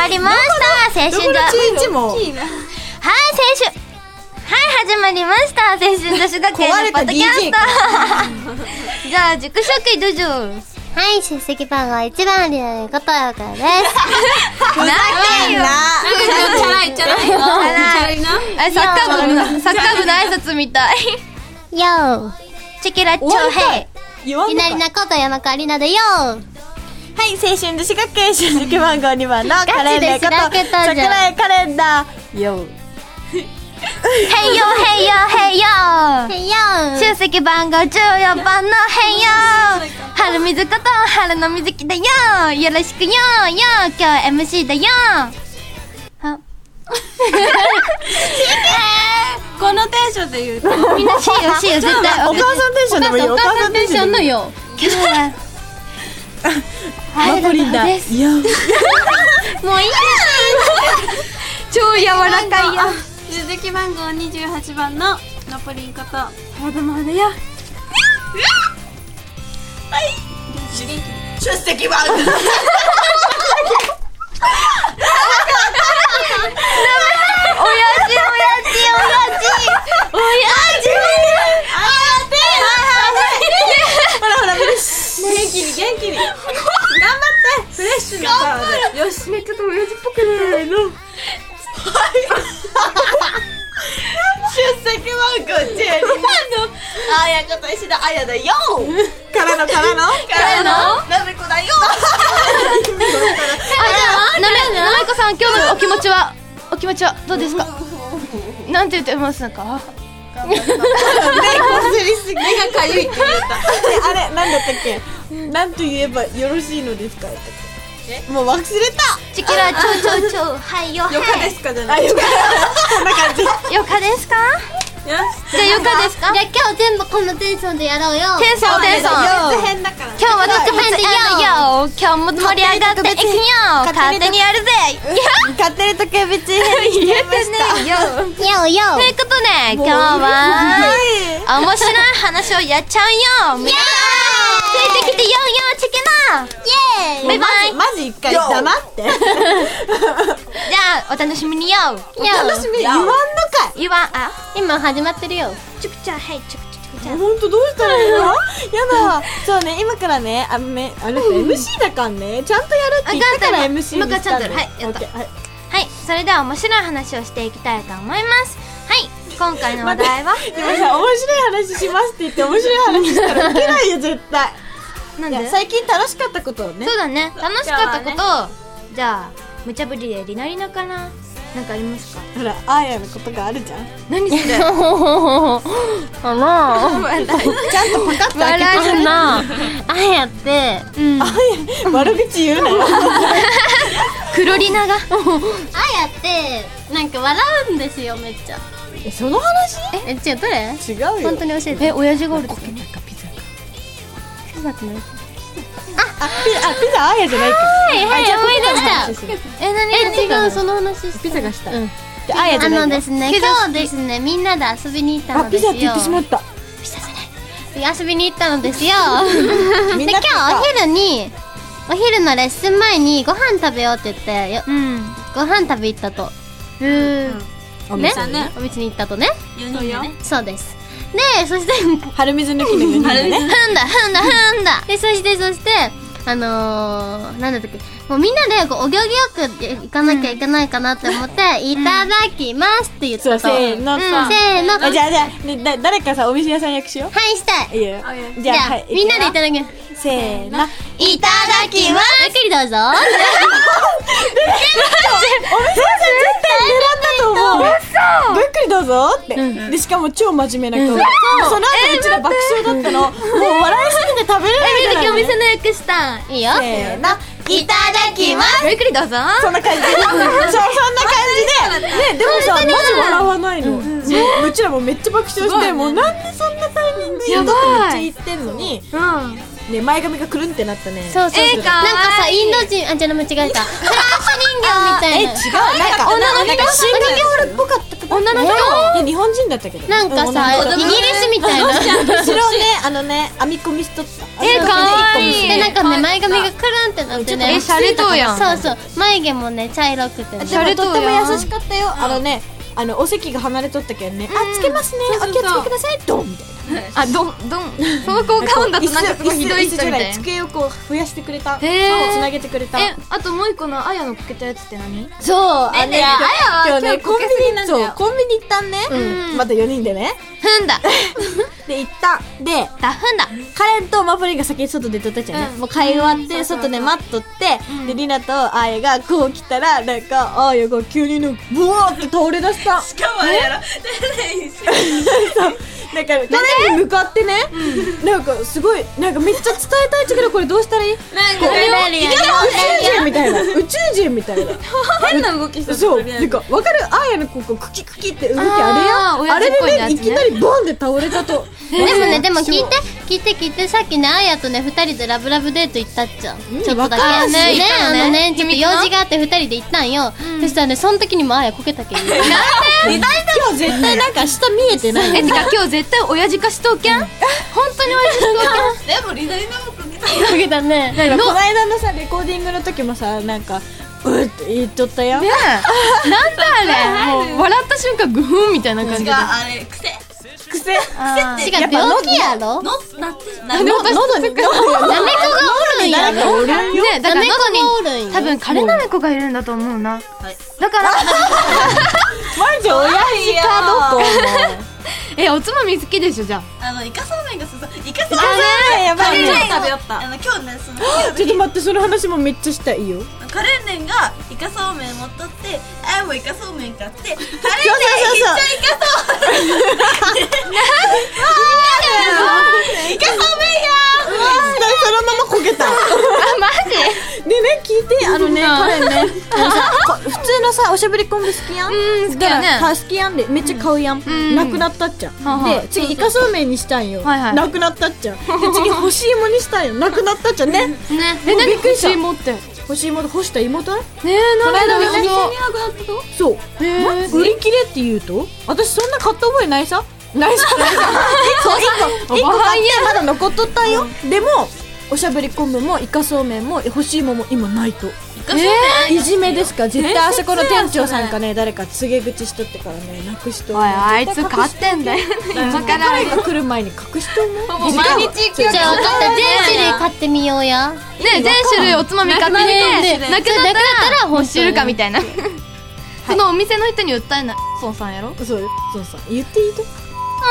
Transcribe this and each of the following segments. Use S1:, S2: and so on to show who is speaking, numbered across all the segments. S1: わりました青春女はい
S2: 一日も
S1: 青春はい始まりました青春女子学園のポッドキャスト じゃあ塾職員どうぞ
S3: はい、出席番号一番りなにことよかです。
S1: なんでよ
S2: チャラいチャラいなチャラいな
S1: あサッカー部のサッカー部の挨拶みたい
S3: よー。
S1: チェケラチョ
S2: 終わ
S1: ウ
S2: りか
S1: ヘ
S2: い言わん
S3: り
S2: のか
S3: なりなこと山川りなでよー。
S2: はい青春女子学園新宿番号2番のカレンダー
S3: ガ
S2: こ
S3: チ
S2: と
S3: で開けたじゃん
S2: 桜井カレンダーよ
S1: イヘイヨーヘイヨーヘイヨー
S3: へいよー。
S1: 出席番号14番の変よ春水こと春の水木だよよろしくよよ今日 MC だよあ
S4: このテンションで言うと
S1: みんな C よ C よ絶対
S2: お母さんテンションでもいいよお母さんテンションでもいい
S4: よ
S1: 今日は
S2: マコリンダ
S1: で
S2: ーよ
S1: もういい超柔らかいよ
S4: 続き番号28番のナポリンことまだまだよ
S2: 出席番号
S1: おやじおやじおやじおやじ
S2: ほらほらフレッシ
S4: 元気に元気に
S2: ュフレッシュなパワーでよしめっちゃ友達っぽくないの出席番号12番のあやこと石田あやだよからのからのからのなべこだよ
S1: あなめなめこさん今日のお気持ちはお気持ちはどうですかなんて言ってますか
S4: 目がかゆいって
S2: あれなんだったっけなんと言えばよろしいのですかもう忘れた
S1: チキラちょうちょうちょうはいよ
S4: よか
S1: は
S4: ですかじゃないよ
S2: よかったこんな感じ
S1: いよかですか
S4: し
S1: じゃあよかですか
S3: じゃあ今日全部このテンションでやろうよ。
S1: テンションテンション
S4: 別編だから
S1: 今日は特別やるよ今日も盛り上がっていくよ勝手にやるぜ
S2: 勝手に特別編
S1: 言えてねえよ
S3: よーよ
S1: ということで今日は面白い話をやっちゃうよみんなついてきてよよチケナ
S3: ー。イェーイ。
S1: バイバイ
S2: マジ一回黙って
S1: じゃあお楽しみによ
S3: よ
S2: 楽しみ言わんのか
S1: 言わんあ
S3: ー。今始まってるよ。
S1: チュクチャはいチュクチュクチ
S2: い本当どうしたらいいのやだそうね今からねあめあれ MC だかんねちゃんとやるって言ったから
S1: あガンタ
S2: MC
S1: ン
S2: にしたんだ
S1: 向かちゃんとやるはいやった
S2: オッケーはい
S1: はいそれでは面白い話をしていきたいと思いますはい今回の話題 は
S2: 今さ面白い話しますって言って面白い話したらウケないよ絶対
S1: なん
S2: い
S1: で
S2: や最近楽しかったことをね
S1: そうだね楽しかったことをじゃあ無茶ぶりでりなりなかななんかありますか
S2: ほらあーやのことがあるじゃん
S1: 何それ
S3: あの
S2: ちゃんとパカッと開けて
S3: あ の、あやって、
S1: うん
S2: あーや悪口言うなよ
S1: 黒りなが
S3: あやって、なんか笑うんですよ、めっちゃ。
S2: えその話
S3: え、違う、どれ
S2: 違うよ
S3: 本当に教えて。
S1: え親父がおるとき
S2: あピザあピザあーやじゃないか
S3: はい、はい、思い出した。
S1: え何
S3: え
S1: 何
S3: 違うその話して
S2: ピザがしたい
S3: うん
S2: であー
S3: あ
S2: やじゃない
S3: の
S2: の
S3: ですね今日ですねみんなで遊びに行った
S2: あ
S3: のです
S2: ピザっ
S3: よ
S2: て言ってしまった
S3: 遊びに行ったのですよ
S2: み
S3: で
S2: ん
S3: 今
S2: な
S3: 日お昼にお昼のレッスン前にご飯食べようって言ってよ
S1: うん
S3: ご飯食べ行ったと
S1: うん
S2: お
S3: ね
S2: 店に
S3: お店に行ったとね
S4: 4人よ
S3: そうですでそしてふ
S2: 春水抜きの4人でね
S3: んだふんだふんだでそしてそしてあのー、なんだったっけもうみんなでこうお行儀よく行かなきゃいけないかなって思って「いただきます」って言った
S2: そ
S3: と、
S2: うせーの
S3: うん
S2: さ
S3: せーの
S2: あじゃあじゃあねだ誰かさお店屋さん役しよ
S3: はいしたいう
S2: いいよ
S4: あいいよ
S2: じ
S3: じ
S2: ゃあ
S3: ゃあ、
S2: はい
S3: みんなでいた
S2: だ
S3: だきます
S2: せーの
S3: いただきますゆっくりどうぞ
S2: お店屋さん絶対狙ったと思うごゆっくりどうぞってでしかも超真面目な顔その後うちら爆笑だったのもう笑いすぎて食べれな
S1: だ
S2: いぐ
S1: けお
S2: らい
S1: 店の役した
S3: いいよ
S2: せーの
S3: いただきます
S1: ゆっくりどうぞ
S2: そんな感じでそうそんな感じでねでもさマジ笑わないのうちらもめっちゃ爆笑してもうなんでそんなタイミングで言ってめっちゃ言ってんのに
S1: うん
S2: ね前髪がくるんってなったね
S5: そうそう
S1: え
S5: そ
S1: ー
S5: う。
S1: かわいい
S5: なんかさ、インド人、あ、じゃあ間違えた。フランス人形みた
S2: え違
S5: い
S2: う
S5: な。
S2: なんか
S5: 女の人
S2: なんかシンガ
S5: 人
S2: ポールっぽかったけど
S5: 女の人
S2: ねいや日本人だったけど
S5: なんかさ、イギリスみたいな。
S2: 後ろねあのね編み込みしとった
S1: えかわいい
S5: でなんかね前髪がくるんってなってね
S1: えシャレとうやん
S5: そうそう眉毛もね茶色くてね
S1: シャレ
S2: とっても
S1: とうやん
S2: 優しかったよあのねあのお席が離れとったけんねあつけますねお気をつけくださいドンみたいな
S1: あどんどんその効果音だとなんかすごいひどい人みたい
S2: 椅子
S1: な
S2: 机をこう増やしてくれた
S1: へー
S2: つなげてくれた
S6: えあともう一個のあやのこけたやつって何
S2: そうあ
S1: ねえねえあやは
S2: 今日ね
S1: 今日こ
S2: コン
S1: け
S2: ビ
S1: すぎ
S2: ニ
S1: なんだよ
S2: そうコンビニ行ったんねうんまた4人でね
S1: 踏 んだ
S2: で行ったで
S1: だ踏んだ
S2: カレンとマプリンが先に外出とったじゃんね、もう買い終わって外で待っとって、でリナとあやがこう来たらなんかあやが急にねブワーって倒れ出したしかもあやろ そうなんかカレンに向かってね、なんかすごいなんかめっちゃ伝えたいんだけどこれどうしたらいいこういや宇宙人みたいな宇宙人みたいな
S6: 変な動きして
S2: そうなんかわかるあやのこうこうクキクキって動きあ
S1: あーお
S2: れや
S1: や
S2: あれ
S1: つっぽい
S2: で
S1: や
S2: ね
S1: つね
S2: いきなりボンって倒れたと
S5: でもねでも聞いて聞いて聞いてさっきねあやとね二人でラブラブデート行ったっちゃんちょっとだ
S2: わか
S5: け
S2: るし
S5: ねあのねちょっと
S1: 秘密
S5: 用
S1: の
S5: 事があって二人で行ったんよそしたらねその時にもあやこけたけん
S2: 今日絶対なんか下見えてない
S1: えてか今日絶対親父化しとけ ん本当に親父しと
S5: こけたね
S2: なんかこの間のさレコーディングの時もさなんかうーって言っとったよ、
S1: けんねえ なんだあれもう笑った瞬間グフンみたいな感じで
S4: あれ癖
S2: 癖やっ
S5: 違う病気や
S4: の
S5: ろな
S4: なってな
S2: ぱの喉に喉
S5: めこがおるんやろ
S2: に
S1: ねえだから
S5: なめこ
S1: 喉
S5: がおるん
S1: に
S5: よ
S1: 多分カレナメコがいるんだと思うなだ から
S2: マジ親父かどこ
S1: えおつまみ好きでしょじゃあ
S4: あのイカそうめんがすごいイカそう
S2: あやばい
S4: めん
S2: ね
S4: 食べよったあの今日ねその
S2: ちょっと待ってその話もめっちゃしたいいよ
S4: カレンデンがイカそうめん持っとってあやもイカそうめん買ってカレンデンいっち
S2: そう
S4: ゃイカそう
S2: そのままこけ た
S1: あマジ
S2: でね聞いてあのねカレンねあのさこ普通のさおしゃべり昆布好きやん
S1: うん好き
S2: だ
S1: や
S2: か
S1: ね
S2: ら好きやんでめっちゃ買うやん、
S1: ん
S2: なくなったっちゃん、
S1: はは
S2: で次イカそうめんにしたんよ、
S1: はいはい
S2: なくなったっちゃんで 次干し芋にしたんよなくなったっちゃんね
S1: ね
S2: え
S1: え
S2: 何
S1: 何欲しい
S2: 欲しい
S1: もってね
S2: 干し芋で干した芋だ
S1: えなんだろう
S2: そう
S1: へー
S2: ま売り切れって言うと私そんな買った覚えないさないさ一個一個一個買ってまだ残っとったんよでもおしゃべり昆布もイカそうめんも干し芋も今ないとえーいじめですか絶対あそこの店長さんかね誰か告げ口しとってからねなくしと
S1: おいあいつ買ってんだよ 今から
S2: 彼が来る前に隠しとんの
S1: もう毎日
S5: じゃあ分かった全種類買ってみようや
S1: ね全種類おつまみ買ってみてなくなったら欲しいるかみたいなそのお店の人に訴えないソンさんやろ
S2: そうそうさ言っていいと
S1: ソ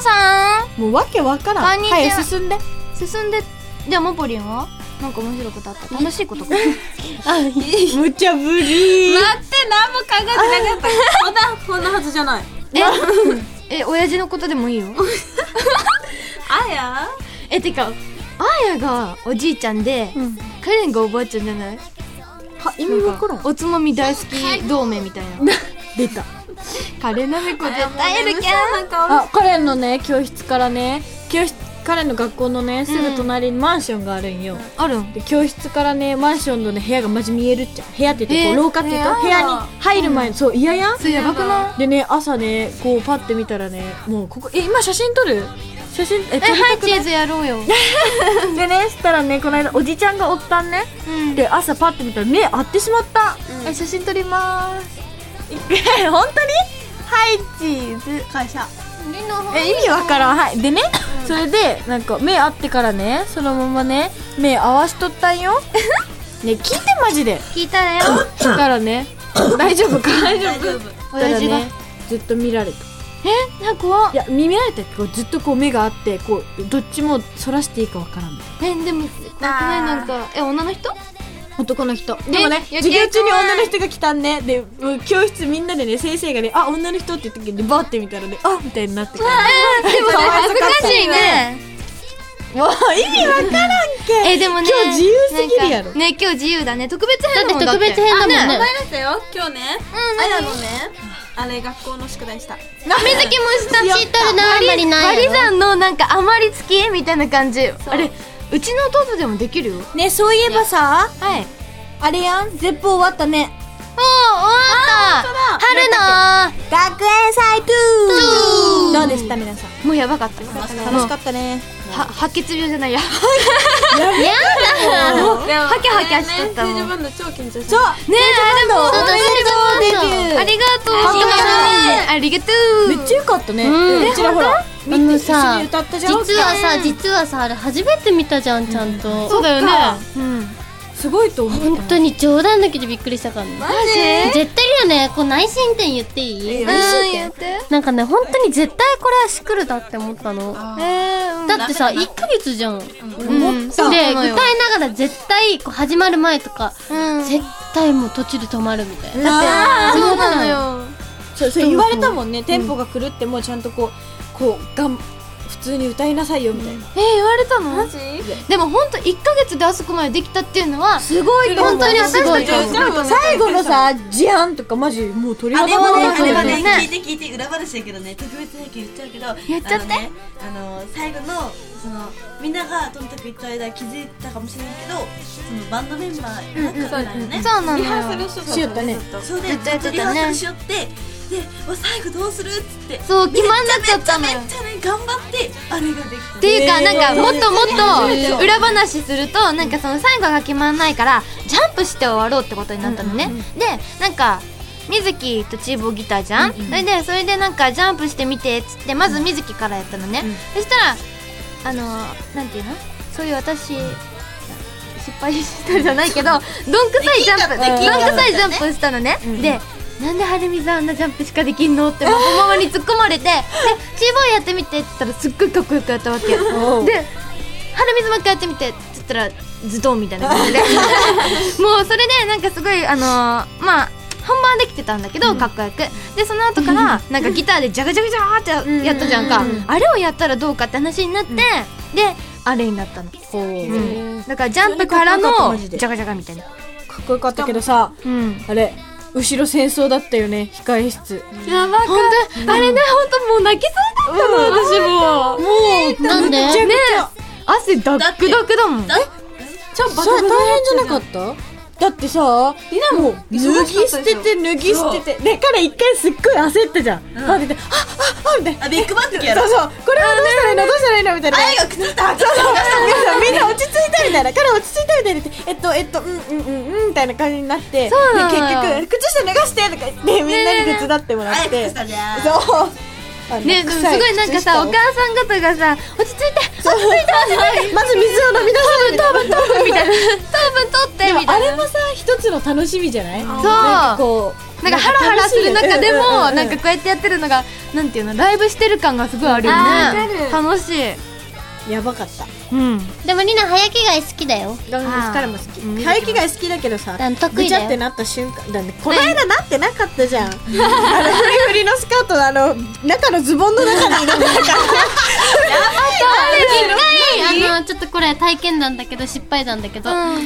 S1: ンさん
S2: もうわけわからん
S1: こんにちは
S2: はい進んで
S1: 進んでじゃあモポリンはなんか面白いことあった楽しいことか
S2: むちゃぶり
S4: こんなはずじゃない
S1: え親父のことでもいいよ
S4: あや
S1: えてかあーやがおじいちゃんで、カレンがおばあちゃんじゃない
S2: は意味わからん
S1: おつまみ大好き同盟みたいな
S2: 出た
S1: カレーなめこ絶対いるけん
S2: あカレンのね教室からね教室カレンの学校のねすぐ隣にマンションがあるんよ、
S1: あるん
S2: で教室からねマンションのね部屋がマジ見えるっちゃ部屋って言って
S1: え
S2: こ
S1: ー
S2: う廊下って言うと部屋に入る前にそう嫌やん
S1: それやばくな
S2: でね朝ねこうパッて見たらねもうここえ今写真撮る写真え撮り
S1: いえハ
S2: た
S1: イ
S2: く
S1: チ
S2: ない
S1: ーズやろうよ
S2: でねしたらねこの間おじちゃんがおったんね、
S1: うん
S2: で朝パッて見たら目合ってしまった、
S1: え写真撮りまーす
S2: え本当に
S4: はいチーズ会社
S2: え意味わからんはいでね、それでなんか目合ってからねそのままね目合わしとったん よね聞いてマジで
S1: 聞いたらよ
S2: だからね 大丈夫か大丈夫
S1: 親父が
S2: ねずっと見られた
S1: えなんか怖っ
S2: いや見られたけどずっとこう目があってこうどっちもそらしていいかわからん
S1: えでもなくないなんかえ女の人
S2: 男の人でもね
S1: え
S2: 授業中に
S1: 余計怖い
S2: 女の人が来たんねでもう教室みんなでね先生がね「あ女の人」って言った時にバーって見たらね「あみたいに なってから
S1: でもね
S2: かわい
S1: 恥
S2: そ
S1: ず
S2: かった
S1: かしいね
S2: もう意味わからんけ
S1: えでもね
S2: 今日自由すぎるやろ
S1: なんかね今日自由だね特別編だもん
S5: だって特別編だもんね
S1: あ
S4: 思い出したよ今日ねあやのねあれ学校の宿題した
S5: 水木もした知っとるなあんまりな
S1: マ
S5: い
S1: リ
S5: やろ
S1: さんのなんかあまり付きみたいな感じあれうちの弟でもできるよ
S2: ねそういえばさ
S1: はい
S2: あれやん絶望終わったね
S4: だ
S5: 春の
S2: 学園祭トゥーどうでした皆さん
S1: もうやばかったよは
S2: 楽しかったね
S1: 白血病じゃないや
S5: やだ
S4: でも
S1: ハキハキしとったもん
S4: ねフュージョンバンド超緊張した
S2: そう
S1: ねえでも
S5: そうだ
S2: デビュ
S5: そうだ
S2: ー
S1: ありがとう
S2: ありがと
S1: ありがと
S2: うめ
S1: う
S2: っちゃよかったね
S5: うん
S2: うちらほら見
S5: あ
S2: て
S5: の
S2: 一
S5: さ
S2: 緒に歌ったじゃ
S5: 実
S2: ん
S5: はさ実はさあれ初めて見たじゃんちゃんと、
S1: そうだよね
S2: すごいと思う
S5: 本当に冗談抜きでびっくりしたからね
S4: マジ
S5: 絶対いるよねこう内申点言っていい、
S4: うん言って
S5: なんかね本当に絶対これはシクルだって思ったの
S4: えーうん
S5: だってさ
S4: ダメ
S5: 1ヶ月じゃん、
S2: 思っ
S5: で
S2: た
S5: 歌いながら絶対こう始まる前とか、絶対もう途中で止まるみたいな
S4: だそうなのよ
S2: そうそう言われたもんねテンポが狂ってもちゃんとこうこうがん普通に歌いなさいよみたいな
S1: え言われたの
S4: マジ
S1: でもほんと1ヶ月であそこまでできたっていうのは
S2: すごいと思う
S1: 本当にすごいと思う
S2: 最後のさジアンとかマジもう鳥
S7: あれは
S2: 肌
S7: ね、
S2: が
S7: あ
S2: 立
S7: れ
S2: つ
S7: は
S2: よ
S7: ね
S2: ね、
S7: 聞いて聞いて、裏話だけどね、特別だけど言っちゃうけど、
S1: 言っちゃっ
S7: あの
S1: て
S7: ね、あの、最後の、その、みんながとにかく言った間気づいたかもしれないけど、そのバンドメンバーいなかったんだよね。
S1: そうなの
S4: リハ
S1: よ
S4: ーサルしとった
S2: しよったね
S7: そうで、
S1: 言っちゃ
S7: ず
S1: っ
S7: っと
S1: て
S7: リ
S1: た
S7: ハーサ
S1: ね
S7: ルしよって、で、お最後どうするっつって、
S1: そう決まんなっちゃったの
S7: めっ
S1: よ
S7: ちゃね、頑張って、あれができた
S1: っ。ていうか、
S2: えー
S1: なんかもっとも
S2: え
S1: っ
S2: ー
S1: と裏話するとなんかその最後が決まんないからジャンプして終わろうってことになったのね、でなんか水木とチーボギターじゃん、それでそれでなんかジャンプしてみてっつってまず水木からやったのね、そしたらあのなんていうのそういう私失敗したじゃないけどどんくさいジャンプどんくさいジャンプしたのね、でなんで晴美さんあんなジャンプしかできんのってママに突っ込まれて「でチーボーイやってみて」って言ったらすっごいかっこよくやったわけ
S2: おう
S1: で「春水もう一回やってみて」って言ったらズドンみたいな感 じでもうそれでなんかすごいあのーまあ本番できてたんだけど、かっこよくでその後からなんかギターでジャガジャガジャーってややったじゃんか、あれをやったらどうかって話になって、であれになったの、うんだからジャンプからのジャガジャガみたいな
S2: かっこよかったけどさ
S1: うん
S2: あれ後ろ戦争だったよね控え室
S1: やばかったあれね本当もう泣きそうだったの、私も
S5: なんで
S2: ね
S1: 汗ダックダックだもん
S2: ちょバタバタ大変じゃなかっただってさみんなもう脱ぎ捨てて脱ぎ捨ててでから一回すっごい焦ったじゃん、ああみたいなあああみたいな
S7: あ、ビッグバンドや
S2: そ
S7: ろ
S2: う。そうこれはどうしたらいいのどうしたらいいのみたいな
S7: 愛が崩れた
S2: そう そうそうみんな落ち着いたみたいな彼落ち着いたみたいなってえっとえっとうんうんうんうんみたいな感じになって
S1: そうなの
S2: で
S1: よ
S2: 結局靴下脱がしてとか言ってみんなに手伝ってもらっ
S7: 愛が
S2: て
S7: 崩れたじゃん。
S2: そうあの
S1: ね、でもす
S2: 臭
S1: ごいなんか
S2: 靴下
S1: さ
S2: を
S1: お母さん方がさ落ち着いて
S2: そうまず水を飲みなさいみたいな
S1: みたいな糖分取ってみ
S2: でもあ
S1: たい
S2: れ
S1: な
S2: もさ一つの楽しみじゃないなんか
S1: そう
S2: こう
S1: なんかハラハラする中でも
S2: うんうんうん
S1: なんかこうやってやってるのがなんていうのライブしてる感がすごいあるよ
S4: あーわ
S1: ね
S4: か
S1: 楽しい
S2: やばかった
S1: うん
S5: でもりな早着替え好きだよ
S2: 彼も好き早着替え好きだけどさ
S5: うん得意だよ
S2: ぐちゃってなった瞬間だねこの間なってなかったじゃんあのフリフリのスカートのあの中のズ ボンの中にいるのなんか
S5: 一回あのちょっとこれ体験談だけど失敗談だけど、な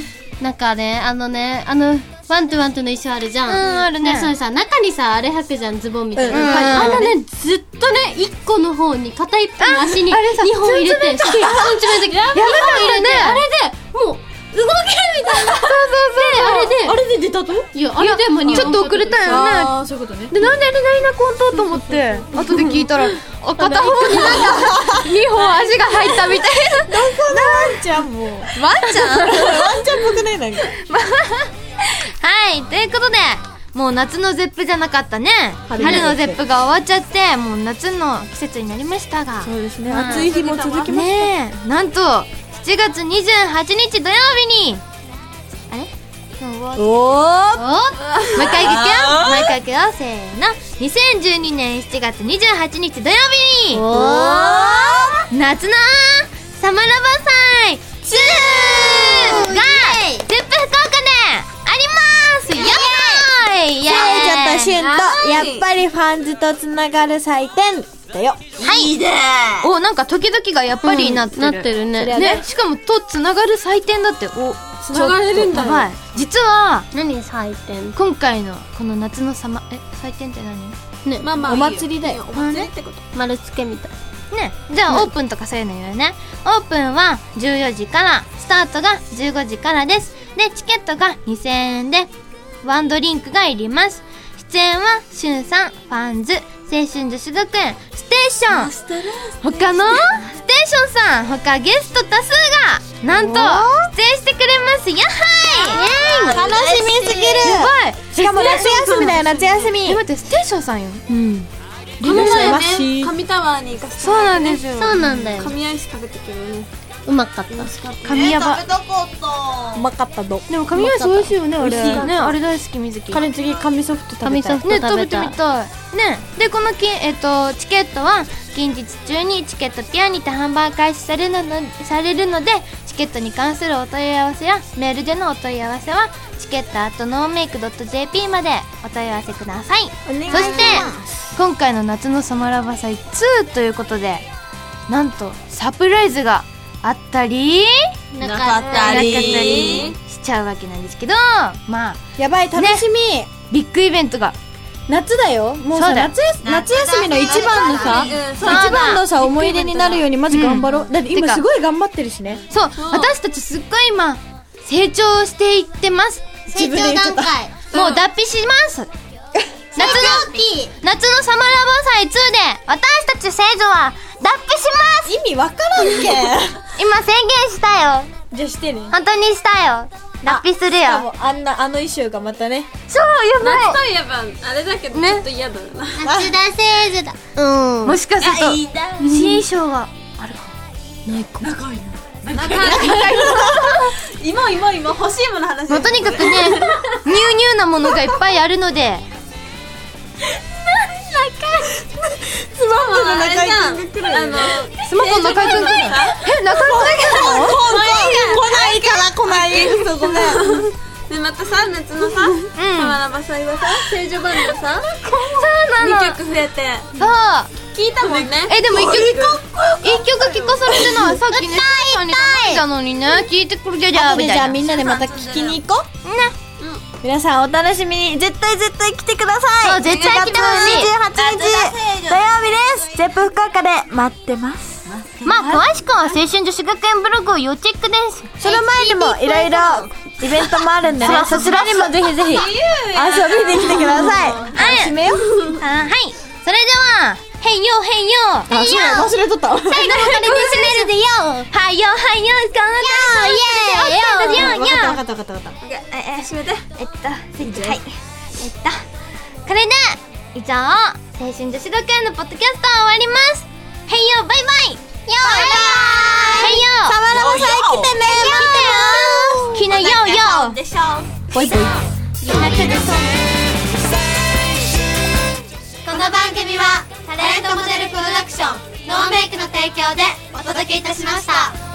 S5: んかねあのねあのワントゥワントゥの衣装あるじゃん、あるねそれさ中にさあれ履くじゃんズボンみたいな、
S2: うん
S5: あのねずっとね一個の方に片一方の足に2
S1: あれさ
S5: 本入れてそう ツンツメの時やばい入れてあれでもう動けるみた いなそうそうそうであ
S2: あ
S5: れ
S2: れで出たと
S5: でいやあれで間に合
S1: ち
S5: わ
S1: ょ
S5: ん
S1: っ
S5: か
S1: と遅れたよね
S2: あそういうことね
S1: でなんであれがいなこんとと思って後で聞いた らあ片方になんか2 本足が入ったみたい
S2: ワンちゃんも ワン
S1: なワンちゃん
S2: ちゃんっぽくないなんか
S1: はい、ということで、もう夏の絶プじゃなかったね。
S2: 春
S1: 春
S2: の
S1: の絶プが終わっちゃって、もう夏の季節になりましたが。
S2: そうですね暑い日も続きます
S1: ねえ、なんと、7月28日土曜日に、あれ
S2: おー
S1: おもう一回行くよもう一回行くよせーの。2012年7月28日土曜日に、夏のサマラバ祭2が、絶プ福岡でありますよーいイエーイ
S2: 聖女とシュンとやっぱりファンズとつながる祭典だよ
S7: いいね
S1: おなんか時々がやっぱりなってる、
S5: なってるね
S2: そりゃ
S1: ねしかもとつながる祭典だってお
S2: つながれるんだ
S1: やばい実は
S5: 何採点
S1: 今回のこの夏のさまえ祭典って何
S5: ね
S4: まあまあ
S2: お祭りだよ
S4: いいお祭りってこと
S5: 丸つけみたい
S1: ねじゃあオープンとかそういうの言うよね、オープンは14時からスタートが15時からですでチケットが2000円でワンドリンクがいります出演はしゅんさんファンズ青春女子学園ステーション他のステーションさん他ゲスト多数がなんと出演してくれますやっはーい
S3: 楽しみすぎる
S1: やばい
S2: しかも夏休みだよ夏休み
S1: え待ってステーションさんよ
S4: この
S2: リ
S4: 前
S2: ナ
S4: ね
S2: さんは
S4: 神タワーに行かせて
S1: そうなんですよ
S3: そうなんだよ
S4: 神アイス食べたけどね
S3: うまかった
S1: 神やば
S7: 食べたかった
S2: うまかったど
S1: でも神アイス美味しいよねあれねあれ大好きみずき
S2: 彼次紙ソフト食べた
S3: 神ソ
S2: い
S3: フト
S1: ね
S3: 食
S1: 食べ
S3: べ
S1: て
S3: た
S1: み
S3: い
S1: たいねでこのき、えっとチケットは近日中にチケットピアにて販売開始されるのされるのでチケットに関するお問い合わせやメールでのお問い合わせはチケットアットノーメイクドット JP までお問い合わせください
S2: お願いし
S1: そ
S2: ます
S1: して今回の夏のサマラバ祭2ということでなんとサプライズがあったり
S3: なかった
S1: なかったりしちゃうわけなんですけどまあ
S2: やばい楽しみ、
S1: ビッグイベントが
S2: 夏だよもう
S1: そ
S2: さ
S1: うだ
S2: 夏やす夏休みの一番のさ
S4: う
S2: 一番のさ思い出になるようにまず頑張ろう、だって
S1: て
S2: 今
S1: か
S2: すごい頑張ってるしね
S1: そう私たちすっごい今成長していってます
S3: 成長段階
S1: もう脱皮します、夏の
S3: 期
S1: 夏のサマラバ祭2で私たち生徒は脱皮します
S2: 意味わからんけ
S1: 今宣言したよ
S2: じゃあしてね
S1: 本当にしたよ脱皮する
S2: しか
S1: よ
S2: もあんなあの衣装がまたね
S1: そうや
S4: 夏といえばあれだけどちょっと嫌だな
S3: 夏だせーずだうん
S1: もしかすると新衣装が
S4: 今今今欲しいもの話
S1: もうとにかくねニューニューなものがいっぱいあるので
S2: スマホの
S4: あれじ
S2: 中
S4: ゃ
S2: 行
S4: ん
S2: く
S4: あの
S1: スマホの中居君え中
S2: こないから来ない嘘ごめん
S4: でまたさ夏のさサマラバ祭はさ聖女バンドさ
S1: 居君そうな
S4: 2
S1: の
S4: 曲増えて
S1: そう
S4: 聞いたもんね
S1: えでも一曲一曲聞かされてないさっきね痛い痛いたのにね聞いてくるじゃじゃ
S2: 後
S1: み
S2: で
S1: た
S2: じゃあ
S1: いな
S2: みんなでまた聞きに行こうね皆さんお楽しみに絶対絶対来てください
S1: そう絶対来てほしい
S2: 28日土曜日ですゼップ福岡で待ってます
S1: まあ詳しくは青春女子学園ブログを要チェックです
S2: その前にもいろいろイベントもあ るんでねそちらにもぜひぜひ遊びに来てください楽しめよ
S1: あはいそれでは変よ変よ
S2: あそうだ忘れとった
S1: 最後まで締めるでよはいよはいよこの感じでよイエーイよよよ
S2: かった分かった分かった
S1: え閉めてえっとスイッチはいえっとこれで以上青春女子学園のポッドキャストは終わりますへいよバイバイよバイバイへいよサマラバさん来てね来てよ来なよよ
S7: でしょ
S2: バイバイ
S3: この番組はタレントモデルプロダクションノーメイクの提供でお届けいたしました